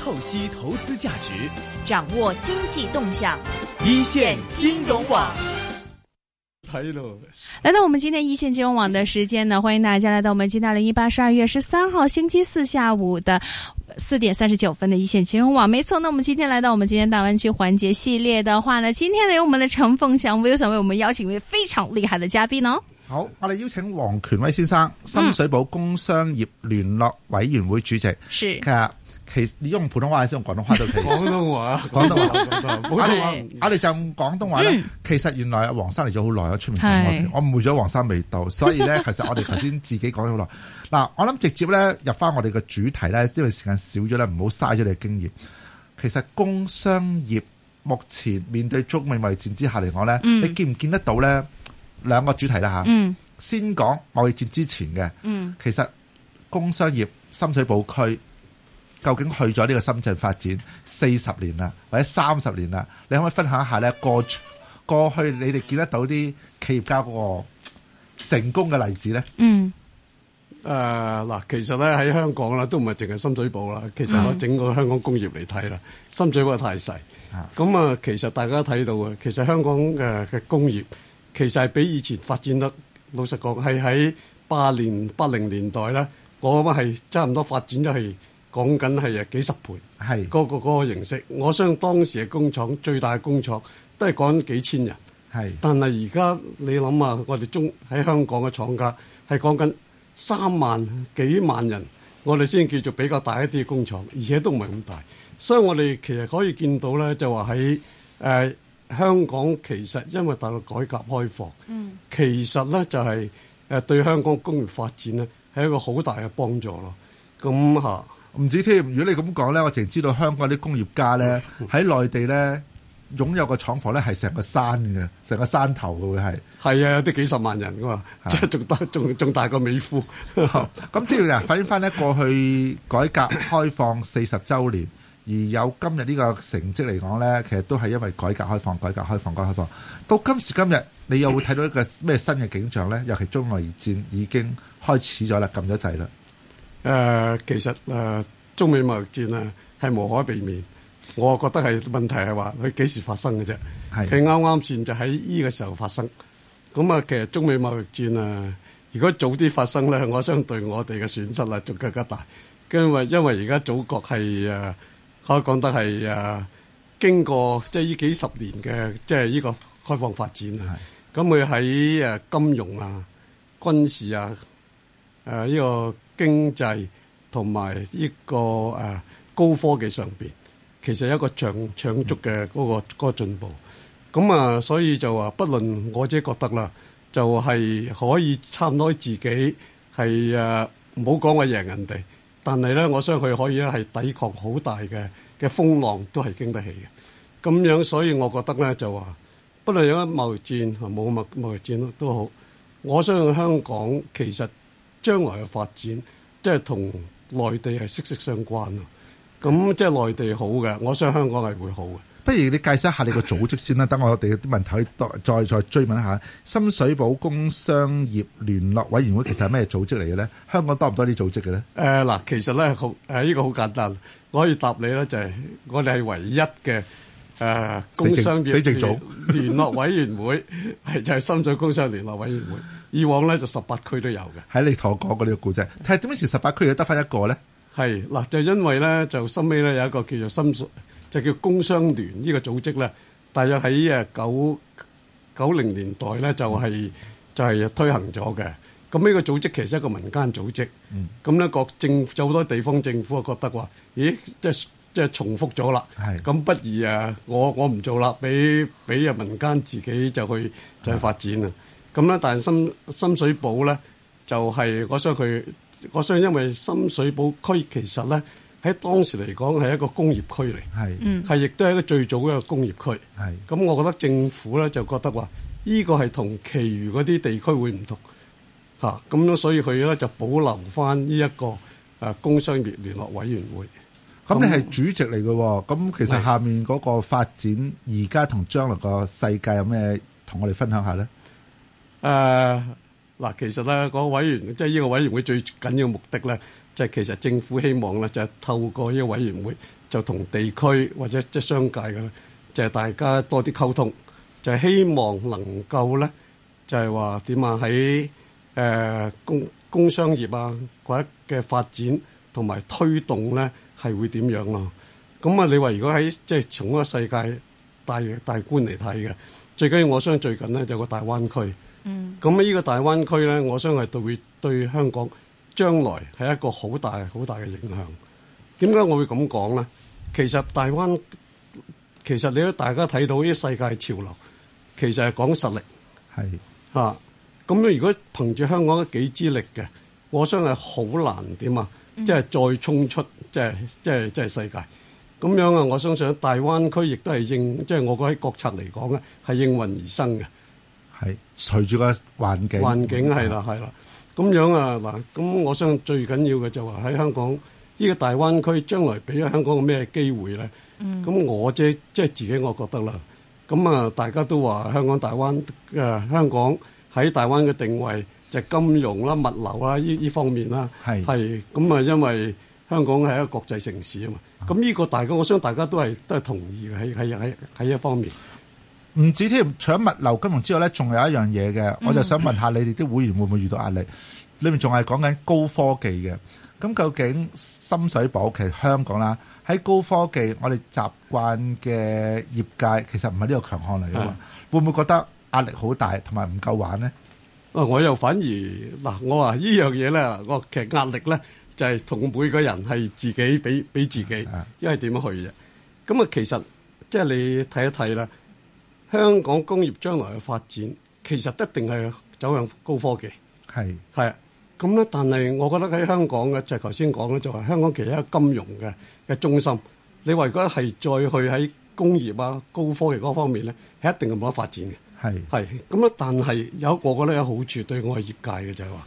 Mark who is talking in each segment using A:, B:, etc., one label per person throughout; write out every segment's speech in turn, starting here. A: 透析投资价值，
B: 掌握经济动向，
A: 一线
B: 金融网。
A: 拍喽！
C: 来到我们今天一线金融网的时间呢，欢迎大家来到我们今天二零一八十二月十三号星期四下午的四点三十九分的一线金融网。没错，那我们今天来到我们今天大湾区环节系列的话呢，今天呢有我们的陈凤祥 Wilson 为我们邀请一位非常厉害的嘉宾哦。
D: 好，我哋邀請黃權威先生，深水埗工商業聯絡委員會主席。
C: 是
D: 佢話其實你用普通話還是用廣東話都 可以。
A: 广东话，
D: 廣東話，
A: 东
D: 我
A: 话，
D: 哋我哋就用廣東話咧。其實原來阿黃生嚟咗好耐，喺出面講
C: 嗯係
D: 我，我誤會咗黃生未 到，所以咧，其實我哋頭先自己講咗好耐。嗱，我諗直接咧入翻我哋嘅主題咧，因為時間少咗咧，唔好嘥咗你嘅經驗。其實工商業目前面對中美貿易戰之下嚟講咧，
C: 嗯
D: 你見唔見得到咧兩個主題啦吓？
C: 嗯
D: 先講貿易戰之前嘅，
C: 嗯
D: 其實工商業深水埗區究竟去咗呢個深圳發展四十年啦，或者三十年啦，你可唔可以分享一下呢？過過去你哋見得到啲企業家嗰個成功嘅例子呢？
C: 嗯
E: 誒嗱、其實咧喺香港啦，都唔係淨係深水埗啦，其實我整個香港工業嚟睇啦，深水埗太細
D: 啊，
E: 咁啊，其實大家睇到嘅，其實香港嘅嘅工業其實係比以前發展得，老實講係喺八年八零年代咧，我諗係差唔多發展咗係講緊係誒幾十倍。
D: 係
E: 嗰、個嗰、個形式，我相信當時嘅工廠最大嘅工廠都係講緊幾千人，
D: 係
E: 但係而家你諗下，我哋中喺香港嘅廠家係講緊三萬幾萬人，我哋先叫做比較大一啲嘅工廠，而且都唔係咁大。所以我哋其實可以見到咧，就話喺誒香港其實因為大陸改革開放，嗯、其實咧就係、誒對香港工業發展咧係一個好大嘅幫助咯。咁嚇。
D: 唔止添。如果你咁講呢，我淨係知道香港啲工業家呢，喺內地呢，擁有個廠房呢，係成個山嘅，成個山頭嘅會係。
E: 係啊，有啲幾十萬人噶嘛，即係仲大仲仲大過美孚。
D: 咁即係嗱，反映翻咧過去改革開放四十週年，而有今日呢個成績嚟講咧，其實都係因為改革開放、改革開放、改革開放。到今時今日，你又會睇到一個咩新嘅景象咧？尤其中美戰已經開始咗啦，撳咗掣啦。
E: 誒、呃其實誒、中美貿易戰啊，係無可避免。我覺得係問題係話佢幾時發生嘅啫。
D: 係
E: 佢啱啱先就喺呢個時候發生。咁啊，其實中美貿易戰啊，如果早啲發生咧，我相對我哋嘅損失啊，仲更加大。因為因為而家祖國係誒、可以講得係誒、經過即係呢幾十年嘅即係呢個開放發展啊。咁佢喺誒金融啊、軍事啊、誒、呃呢、個經濟同埋呢個誒、高科技上邊，其實有一個長長足嘅嗰、個嗰、個進步。咁啊，所以就話，不論我自己覺得啦，就係、可以差唔多自己係誒，呃唔好講話贏人哋，但係咧，我相信佢可以咧係抵抗好大嘅嘅風浪，都係經得起嘅。咁樣，所以我覺得咧就話，不論有乜貿易戰啊冇貿貿易戰咯都好，我相信香港其實將來嘅發展，即係同內地係息息相關咯。咁即係內地好嘅，我相信香港係會好嘅。
D: 不如你介紹一下你個組織先啦，等我哋啲問題可以多再再追問一下。深水埗工商業聯絡委員會其實係咩組織嚟嘅咧？香港多唔多啲組織嘅咧？
E: 誒嗱、其實咧好誒，呢、個好簡單，我可以答你咧，就係、我哋係唯一嘅誒、工商業
D: 死政組
E: 聯聯絡委員會，係就係、深圳工商聯絡委員會。以往咧就十八區都有嘅，
D: 喺你同我講過呢個故仔，睇點解時十八區又得翻一個咧？
E: 係嗱、就因為咧就收尾咧有一個叫做深水，就叫工商聯呢個組織咧，大約喺誒九九零年代咧就係、就係、推行咗嘅。咁呢個組織其實係一個民間組織，咁咧各政府有好多地方政府啊覺得話，咦，即係即係重複咗啦，
D: 係
E: 咁不如啊，我我唔做啦，俾俾啊民間自己就去就去發展啊。咁咧，但係深深水埗咧就係、我相信佢，我相信因為深水埗區其實咧喺當時嚟講係一個工業區嚟。
D: 係
E: 係亦都係一個最早嘅一個工業區。
D: 係
E: 咁，我覺得政府咧就覺得話，呢個係同其餘嗰啲地區會唔同嚇。咁樣所以佢咧就保留翻呢一個誒、呃工商業聯絡委員會。
D: 咁你係主席嚟嘅喎，咁其實下面嗰個發展而家同將來個世界有咩同我哋分享下咧？
E: 誒嗱、其實咧，個委員即係呢個委員會最緊要目的咧，就係、其實政府希望咧，就係、透過呢個委員會，就同地區或者即係商界嘅咧，就係、大家多啲溝通，就係、希望能夠咧，就係話點啊喺誒工工商業啊或者嘅發展同埋推動咧係會點樣咯？咁啊，你話如果喺即係從一個世界大大觀嚟睇嘅，最緊要我相信最近咧就有個大灣區。
C: 嗯
E: 咁呢個大灣區咧，我相信係對會對香港將來係一個好大好大嘅影響。點解我會咁講咧？其實大灣其實你都大家睇到呢啲世界潮流，其實係講實力
D: 係
E: 嚇。啊咁、如果憑住香港一己之力嘅，我相信係好難點啊！即係再衝出，即係即係即係世界。咁樣啊，我相信大灣區亦都係應，即係我覺得喺國策嚟講咧，係應運而生嘅。
D: 係隨住個環境
E: 環境係啦，係啦。咁樣啊，嗱，咁我相信最緊要嘅就話喺香港呢、個大灣區將來俾咗香港個咩機會咧？咁、我即即係自己我覺得啦。咁啊，大家都話香港大灣誒、呃香港喺大灣嘅定位就係金融啦、物流啦呢呢方面啦，
D: 係
E: 係咁啊，因為香港係一個國際城市啊嘛。咁呢個大家我相信大家都係都係同意嘅喺喺喺喺一方面。
D: 唔止添，除咗物流金融之外咧，仲有一樣嘢嘅，
E: 嗯
D: 我就想問下你哋啲會員會唔會遇到壓力？裏面仲係講緊高科技嘅，咁究竟深水埗其實香港啦，喺高科技我哋習慣嘅業界其實唔係呢個強項嚟噶嘛，會唔會覺得壓力好大同埋唔夠玩呢？
E: 啊！我又反而嗱，我話呢樣嘢咧，我其實壓力咧就係、同每個人係自己俾俾自己
D: 啊，
E: 因為點樣去啫。咁啊，其實即係你睇一睇啦，香港工業將來嘅發展其實一定係走向高科技，
D: 係
E: 係啊。咁咧，但係我覺得喺香港嘅就係頭先講咧，就係香港其實一個金融嘅嘅中心。你話如果係再去喺工業啊、高科技嗰方面咧，係一定係冇得發展嘅。
D: 係
E: 係咁啊！但係有我覺得有好處對我哋業界嘅就係話，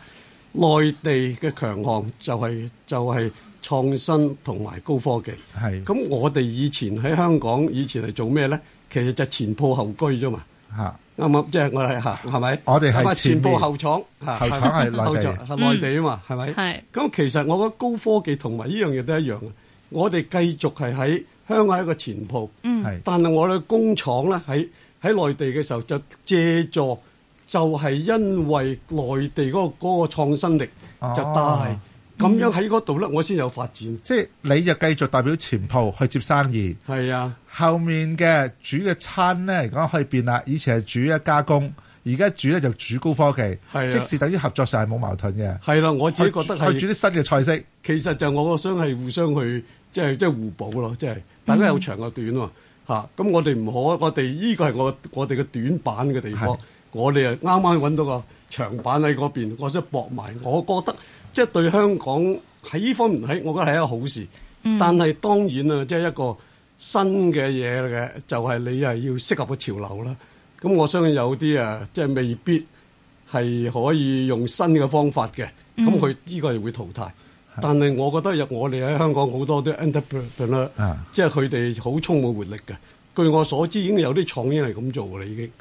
E: 內地嘅強項就係、就係、創新同埋高科技。
D: 係
E: 咁我哋以前喺香港以前係做咩咧？其實就前鋪後居啫嘛。
D: 嚇
E: 啱唔啱？即係我哋嚇係咪？
D: 我哋係
E: 咁啊
D: 前
E: 前
D: 面
E: 鋪後廠，嚇
D: 後廠係內地
E: 後廠係內地啊嘛，係咪？
C: 係
E: 咁其實我覺得高科技同埋呢樣嘢都一樣嘅。我哋繼續係喺香港係一個前鋪。
C: 嗯
D: 係
E: 但係我哋工廠咧喺喺內地嘅時候就借助，就係因為內地嗰、個嗰、個創新力
D: 哦
E: 就大，咁、樣喺嗰度咧，我先有發展。
D: 即係你就繼續代表前鋪去接生意。
E: 係啊，
D: 後面嘅煮嘅餐咧嚟講可以變啦，以前係煮一加工，而家煮咧就煮高科技，
E: 係啊
D: 即使等於合作上係冇矛盾嘅。
E: 係啦、我自己覺得
D: 去煮
E: 係，
D: 啲新嘅菜式，
E: 其實就我個想係互相去，即係即係互補咯，即係大家有長有短喎。嚇、咁我哋唔可，我哋呢個係我我哋嘅短板嘅地
D: 係
E: 方，我哋啊啱啱揾到個長板喺嗰邊，我想搏埋。我覺得即係對香港喺呢方面喺，我覺得係一個好事。但係當然啦，即係一個新嘅嘢嘅，就係、你係要適合個潮流啦。咁我相信有啲啊，即係未必係可以用新嘅方法嘅，咁佢呢個係會淘汰。但係我覺得入我哋喺香港好多都 entrepreneur，、
D: 啊
E: 即係佢哋好充滿活力嘅。據我所知，已經有啲廠已經係咁做㗎啦，已經。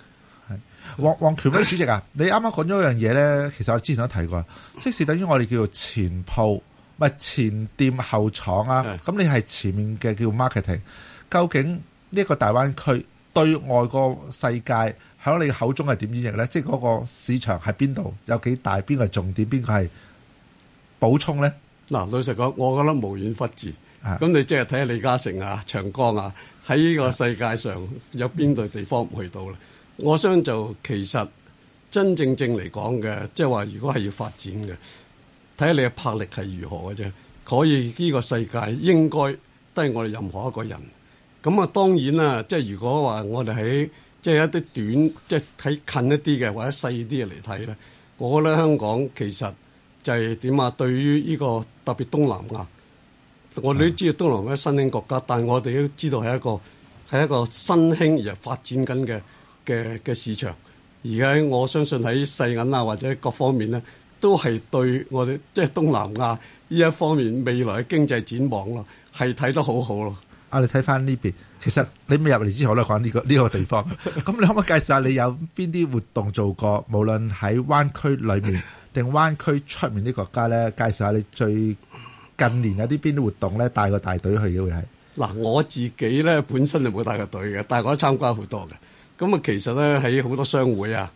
D: 黃黃權威主席啊，你啱啱講咗一樣嘢咧，其實我之前都提過，即使等於我哋叫做前鋪，咪前店後廠啊
E: 係，
D: 咁你係前面嘅叫 marketing，究竟呢個大灣區對外國世界喺你口中係點演繹咧？即係嗰個市場喺邊度，有幾大，邊個係重點，邊個係補充咧？
E: 嗱，老實講，我覺得無遠弗至。
D: 啊
E: 咁你即係睇下李嘉誠啊、長江啊，喺呢個世界上有邊度地方唔去到咧？我相信就其實真正正嚟講嘅，即係話如果係要發展嘅，睇下你嘅魄力係如何嘅啫。可以呢個世界應該都係我哋任何一個人。咁啊，當然啦，即係如果話我哋喺即係一啲短，即係睇近一啲嘅或者細啲嘅嚟睇咧，我覺得香港其實就係點啊？對於呢個特別東南亞，我哋都知道東南亞新興國家，但係我哋都知道係一個係一個新興而係發展緊嘅嘅嘅市場。而家我相信喺細銀啊或者各方面咧，都係對我哋即係東南亞呢一方面未來嘅經濟展望咯，係睇得好好咯。
D: 啊，你睇翻呢邊，其實你未入嚟之前，我都講呢、個呢、個 地方。咁你可唔可以介紹下你有邊啲活動做過？無論喺灣區裏面定灣區出面啲國家咧，介紹下你最近年有啲邊啲活動咧，帶個大隊去嘅會係
E: 嗱，我自己咧本身就冇帶過隊嘅，但係我都參加好多嘅。咁啊，其實咧喺好多商會啊，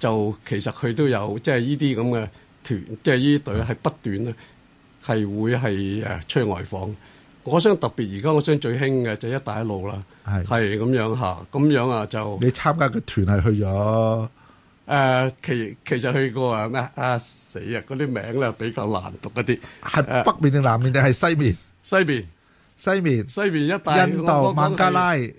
E: 就其實佢都有即係呢啲咁嘅團，即係呢啲隊係不斷咧係會係誒出去外訪。我想特別而家我想最興嘅就係一帶一路啦，
D: 係
E: 係咁樣嚇，咁樣啊就
D: 你參加嘅團係去咗
E: 誒、其其實去過啊咩啊死啊嗰啲名咧比較難讀一啲，
D: 係北面定南面定係西面？
E: 西邊
D: 西面、
E: 西邊一帶
D: 印
E: 我
D: 度、
E: 講
D: 孟加拉、
E: 係
D: 誒
E: 誒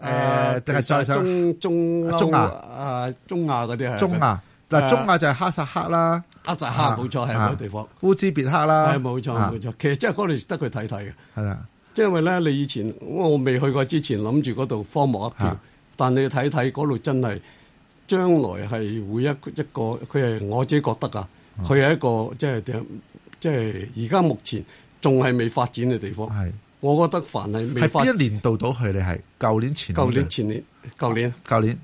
D: 呃定係再上
E: 中中歐
D: 中亞
E: 啊中亞嗰啲係
D: 中亞。嗱，
E: 誒
D: 中亞就係哈薩克啦，啊
E: 阿扎哈啊冇錯係嗰個地方，
D: 烏茲別克啦，
E: 係冇錯
D: 啊
E: 冇，錯。其實真係嗰度值得佢睇睇嘅，
D: 係啦，
E: 即係因為咧你以前我未去過之前諗住嗰度荒漠一片
D: 啊，
E: 但你睇睇嗰度真係將來係會一一個佢係我自己覺得啊，佢係一個即係點即係而家目前仲係未發展嘅地方。
D: 係
E: 我覺得凡係未
D: 啊係
E: 發
D: 邊一年度到去？你係舊年前
E: 舊年
D: 定
E: 前年舊年。
D: 舊年，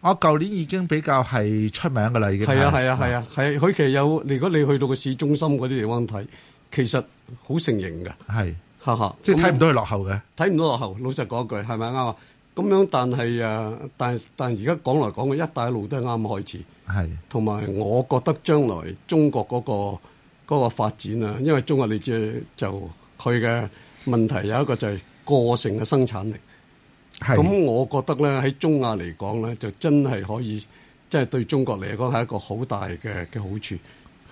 D: 我舊年已經比較係出名噶啦，已經
E: 係啊係啊係啊係，佢其實有，如果你去到個市中心嗰啲地方睇，其實好成形㗎，
D: 係
E: 哈哈。
D: 即係睇
E: 咁
D: 唔到佢落後嘅，
E: 睇唔到落後，老實講一句係咪啱啊？咁樣但係誒，但係但係而家講嚟講去，一帶一路都係啱開始，
D: 係
E: 同埋我覺得將來中國嗰、個嗰、個發展啊，因為中國你知就佢嘅問題有一個就係過剩嘅生產力。
D: 係
E: 咁我覺得咧喺中亞嚟講咧，就真係可以，即係對中國嚟講係一個好大嘅嘅好處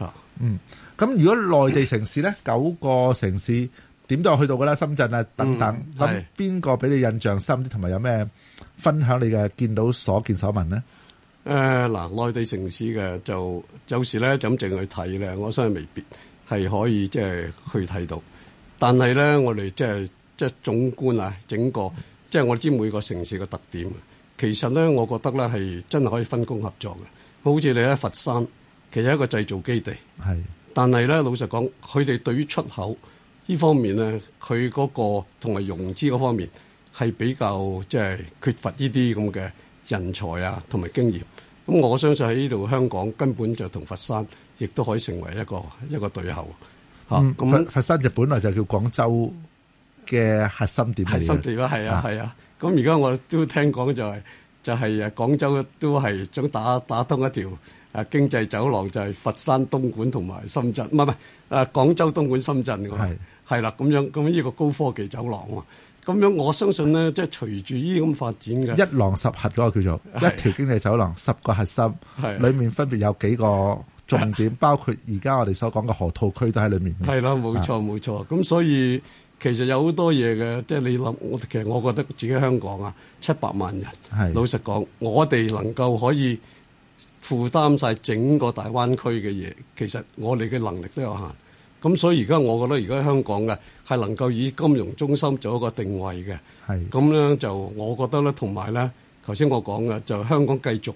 E: 嚇。
D: 嗯。咁如果內地城市咧，九個城市點都有去到噶啦，深圳啊等等。
E: 嗯
D: 咁
E: 係
D: 邊個俾你印象深啲，同埋有咩分享你嘅見到所見所聞咧？
E: 誒嗱，內地城市嘅就有時咧就咁淨去睇咧，我相信未必係可以即係去睇到。但係咧，我哋即係即係總觀啊，整個即係我知每個城市嘅特點。啊其實咧，我覺得咧係真係可以分工合作嘅。好似你喺佛山，其實一個製造基地。
D: 係
E: 但係咧，老實講，佢哋對於出口呢方面咧，佢嗰、個同埋融資嗰方面係比較即係、缺乏呢啲咁嘅人才啊，同埋經驗。咁我相信喺呢度香港根本就同佛山亦都可以成為一個一個對口嚇。
D: 嗯
E: 咁、
D: 佛佛山就本來就叫廣州嘅核心點嚟嘅
E: 係心地啦，係啊，係啊。咁而家我都聽講就係、就係、誒廣州都係想打打通一條誒經濟走廊，就係、佛山、東莞同埋深圳，唔係唔係誒廣州、東莞、深圳㗎嘛
D: 係
E: 係啦，咁樣咁呢個高科技走廊啊，咁樣我相信咧，即係隨住呢啲咁發展嘅，
D: 一廊十核嗰個叫做
E: 係
D: 一條經濟走廊十個核心，
E: 係
D: 裏面分別有幾個重點，包括而家我哋所講嘅河套區都喺裏面嘅。
E: 係啦，冇錯冇錯。咁所以其實有好多嘢嘅，即係你諗，我其實我覺得自己香港啊，七百萬人
D: 係，
E: 老實講，我哋能夠可以負擔晒整個大灣區嘅嘢，其實我哋嘅能力都有限。咁所以而家我覺得而家香港嘅係能夠以金融中心做一個定位嘅。
D: 係
E: 咁咧就我覺得咧，同埋咧，頭先我講嘅就香港繼續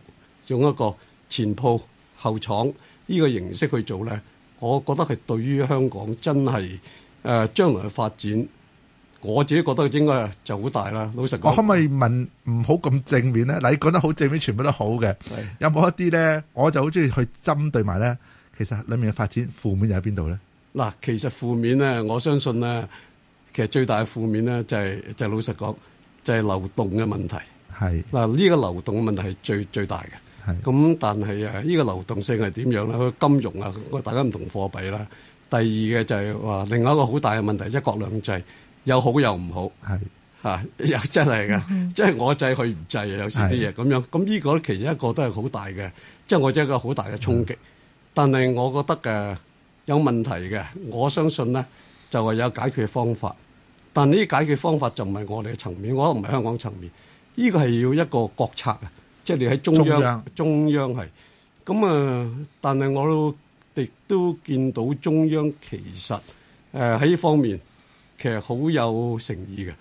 E: 用一個前鋪後廠呢個形式去做咧，我覺得係對於香港真係誒、呃、將來嘅發展，我自己覺得應該就好大啦。老實
D: 我可唔
E: 講，
D: 可以問唔好咁正面咧？嗱你講得好正面，全部都好嘅。
E: 係
D: 有冇一啲咧？我就好中意去針對埋咧。其實裏面嘅發展負面又喺邊度咧？
E: 嗱，其實負面咧，我相信咧，其實最大嘅負面咧就係、就係、老實講，就係、流動嘅問題。
D: 係
E: 嗱，呢個流動嘅問題係最最大嘅
D: 係。
E: 咁但係誒，呢個流動性係點樣咧？佢金融啊，大家唔同貨幣啦。第二嘅就係話，另外一個好大嘅問題，一國兩制有好有唔好
D: 係
E: 嚇、有啊真係
D: 嗯
E: 嘅，即係我制佢唔制啊，有時啲嘢咁樣。咁呢個其實一個都係好大嘅，即係我覺得一個好大嘅衝
D: 嗯
E: 擊。但係我覺得誒呃有問題嘅，我相信咧就係有解決方法。但呢啲解決方法就唔係我哋嘅層面，我覺得唔係香港層面，呢個係要一個國策啊，即係你喺中
D: 中
E: 央
D: 央，
E: 中央係咁啊。但係我都亦都見到中央其實誒喺呢方面其實好有誠意嘅。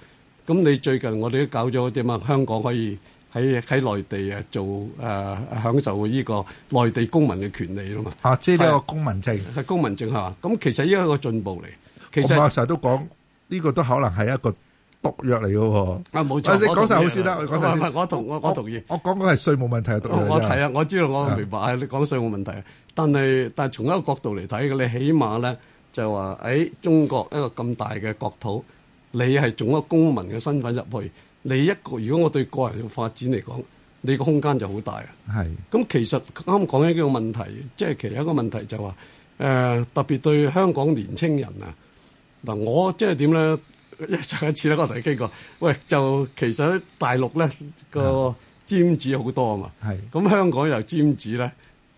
E: 咁你最近我哋都搞咗點啊？香港可以喺喺內地啊做誒、呃享受呢個內地公民嘅權利啦嘛，
D: 啊，即係呢個公民證。
E: 係公民證係嘛？咁其實呢一個進步嚟，其實
D: 我成日都講呢個都可能係一個毒藥嚟嘅喎。
E: 啊冇
D: 我
E: 錯，
D: 先
E: 我
D: 講晒
E: 同意
D: 好先啦，
E: 啊
D: 我
E: 唔
D: 講晒
E: 係
D: 先。
E: 唔係我同我我同意。
D: 我講嗰係稅務問題嘅毒藥嚟㗎。
E: 我睇啊，我知道我明白啊，你講稅務問題，但係但係從一哎個角度嚟睇嘅，你起碼咧就話，誒、中國一個咁大嘅國土，你係做一個公民嘅身份入去，你一個如果我對個人嘅發展嚟講，你個空間就好大啊！
D: 係
E: 咁其實啱講緊一個問題，即係其實一個問題就話、誒、特別對香港年青人啊，嗱我即係點咧？ 上一次咧，我同你傾過，喂，就其實大陸咧個尖子好多啊嘛，
D: 係
E: 咁香港又尖子咧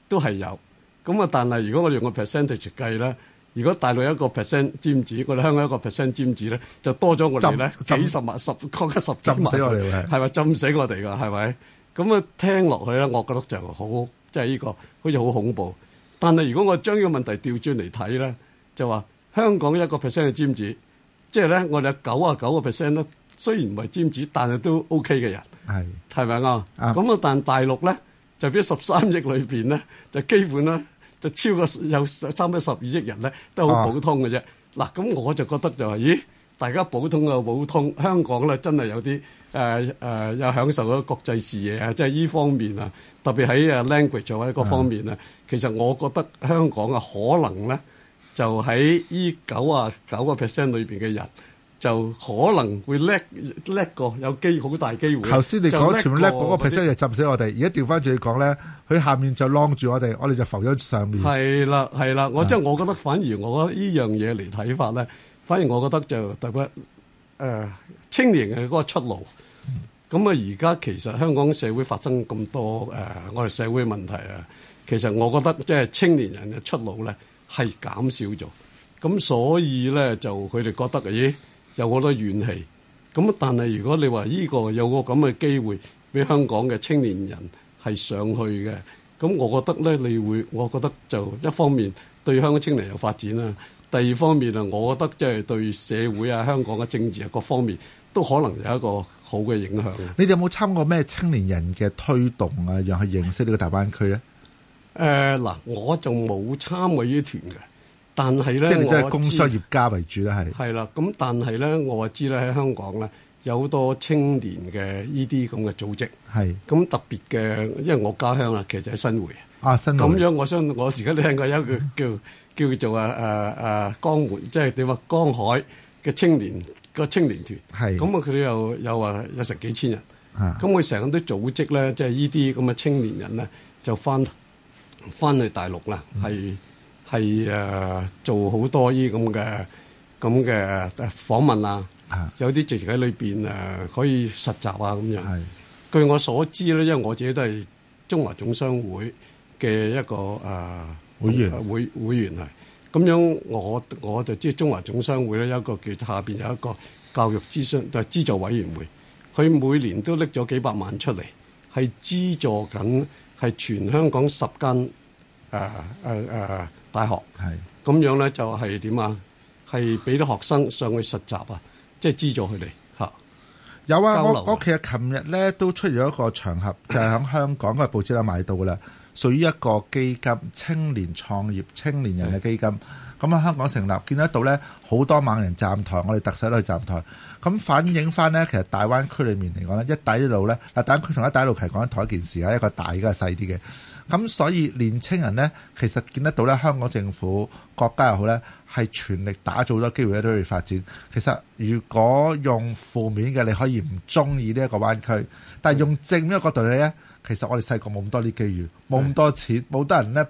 E: 都係有，咁啊，但係如果我哋用個 percentage 計咧。如果大陸一個 percent 尖子，我哋香港一個 percent 尖子咧，就多咗我哋咧
D: 浸浸
E: 幾十萬、十講緊十幾
D: 浸死
E: 萬
D: 我哋喎係
E: 係咪浸死我哋㗎？係咪？咁啊，聽落去咧，我覺得就好，即係呢個好似好恐怖。但係如果我將呢個問題調轉嚟睇咧，就話香港一個 percent 嘅尖子，即係咧我哋有九啊九個 percent 咧，雖然唔係尖子，但係都 OK 嘅人，
D: 係
E: 係咪啊？
D: 啱
E: 咁啊，但大陸咧就俾十三億裏邊咧，就基本咧就超過有差唔多十二億人咧，都好
D: 啊
E: 普通嘅啫。嗱、咁我就覺得就係、咦，大家普通嘅普通，香港咧真係有啲誒誒，有享受咗國際視野啊，即係呢方面啊，特別喺誒 language 或者各方面啊，其實我覺得香港啊，可能咧就喺呢九啊九個 percent 裏邊嘅人。就可能會叻叻過，有機好大啊機會。
D: 頭先你講全部叻嗰個
E: 過嗰啲
D: percent 就浸死我哋，而家調翻轉嚟講咧，佢下面就啷住我哋，我哋就浮咗上面。
E: 係啦，係啦，我即係我覺得反而我覺得呢樣嘢嚟睇法咧，反而我覺得就特別誒、呃青年嘅嗰個出路。咁啊，而家其實香港社會發生咁多誒、呃我哋社會問題啊，其實我覺得即係青年人嘅出路咧係減少咗，咁所以咧就佢哋覺得咦有好多怨氣。咁但係如果你話呢個有個咁嘅機會俾香港嘅青年人係上去嘅，咁我覺得咧，你會，我覺得就一方面對香港青年有發展啦，第二方面啊，我覺得即係對社會啊、香港嘅政治啊各方面都可能有一個好嘅影響。啊誒、
D: 你哋有冇參過咩青年人嘅推動啊，讓佢認識呢個大灣區咧？
E: 嗱，我就冇參與呢啲團嘅，但係咧，
D: 即係你都係
E: 我
D: 工
E: 知
D: 商業家為主啦，係
E: 係啦，咁但係咧，我知咧喺香港咧有好多青年嘅呢啲咁嘅組織，
D: 係
E: 咁特別嘅，因為我家鄉啊，其實喺新會。
D: 啊，新
E: 咁
D: 會
E: 樣，我相信我自己聽過有一個叫叫做啊誒誒江門，即係點話江海嘅青年個青年團。
D: 係
E: 咁啊，佢哋又又話有成幾千人。
D: 啊
E: 咁佢成日都組織咧，即係呢啲咁嘅青年人咧，就翻翻去大陸啦，係係誒做好多呢啲咁嘅咁嘅誒訪問啊，
D: 啊
E: 有啲直情喺裏邊誒可以實習啊咁樣。
D: 係
E: 據我所知咧，因為我自己都係中華總商會嘅一個誒、呃、
D: 會員
E: 會會員係咁樣我，我就知中華總商會咧有一個叫下邊有一個教育諮詢就係資助委員會，佢每年都拎咗幾百萬出嚟，係資助緊係全香港十間誒誒誒大學。
D: 係
E: 咁樣咧就係點啊？係俾啲學生上去實習啊，即係資助佢哋嚇。
D: 有啊！
E: 交
D: 我
E: 流啊
D: 我其實琴日咧都出現咗一個場 合，就係、喺香港嘅報紙有買到噶啦，屬於一個基金青年創業青年人嘅基金。咁喺香港成立，見得到咧好多猛人站台，我哋特首都去站台。咁反映翻咧，其實大灣區裏面嚟講咧，一帶一路咧，嗱，大灣區同一帶一路其實講緊同一件事啊，一個大一個細啲嘅。咁所以年青人呢，其實見得到咧，香港政府、國家又好呢，係全力打造好多機會咧，都去發展。其實如果用負面嘅，你可以唔中意呢一個灣區，但係用正面嘅角度嚟呢，其實我哋細個冇咁多啲機遇，冇咁多錢，冇得人呢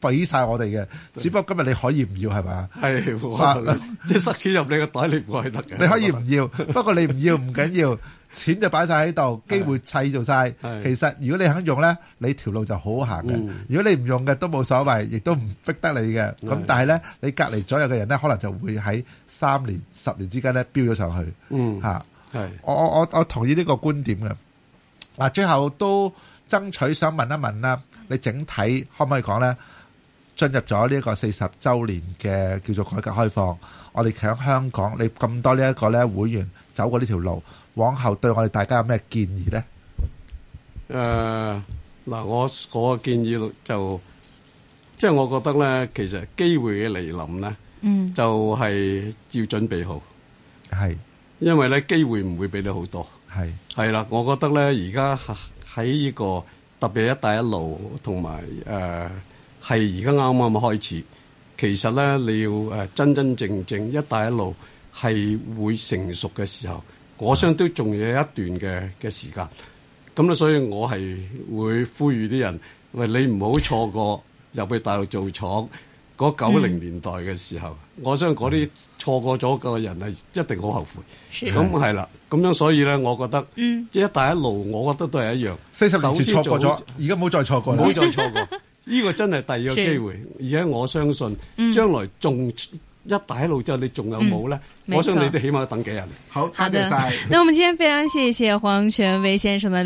D: 俾晒我哋嘅。只不過今日你可以唔要係嘛？
E: 係，我
D: 啊
E: 同你即係塞錢入你個袋，你唔愛得嘅。
D: 你可以
E: 我覺
D: 唔 要，不過你唔要唔緊要，錢就擺晒喺度，機會砌造晒。
E: 係
D: 其實如果你肯用呢，你條路就好好行嘅
E: 嗯。
D: 如果你唔用嘅都冇所謂，亦都唔逼得你嘅。咁
E: 係
D: 但係呢，你隔離左右嘅人呢，可能就會喺三年、十年之間呢飆咗上去。
E: 嗯
D: 嚇、
E: 得係
D: 我我我我同意呢個觀點嘅。嗱，最後都爭取想問一問啦，你整體可唔可以講呢？進入咗呢一個四十週年嘅叫做改革開放，我哋喺香港，你咁多呢一個咧會員走過呢條路，往後對我哋大家有咩建議呢？
E: 誒嗱，我我建議就即係我覺得咧，其實機會嘅嚟臨咧，
C: 嗯
E: 就係要準備好，
D: 係
E: 因為咧機會唔會俾你好多。
D: 係
E: 係啦，我覺得咧，而家喺呢個特別係一帶一路同埋誒呃係而家啱啱開始，其實咧你要誒真真正正一帶一路係會成熟嘅時候，我相都仲有一段嘅嘅時間。咁咧，所以我係會呼籲啲人，喂，你唔好錯過入去大陸做廠嗰九零年代嘅時候，我相信嗰啲錯過咗嘅人係一定好後悔。咁係啦，咁樣所以咧，我覺得，
C: 嗯
E: 一帶一路，我覺得都係一樣。
D: 四十年
E: 首
D: 前
E: 先
D: 錯過
E: 做好
D: 咗，而家唔好再錯過
E: 唔
D: 啦
E: 好。再錯過。 呢個真係第二個機會，而且我相信將來仲一帶一路之後，你仲有冇咧？
C: 嗯
E: 我相信
C: 沒錯
E: 你哋起碼等幾日。
D: 好，多
C: 好的
D: 謝晒。
C: 那我们今天非常谢谢黄权威先生的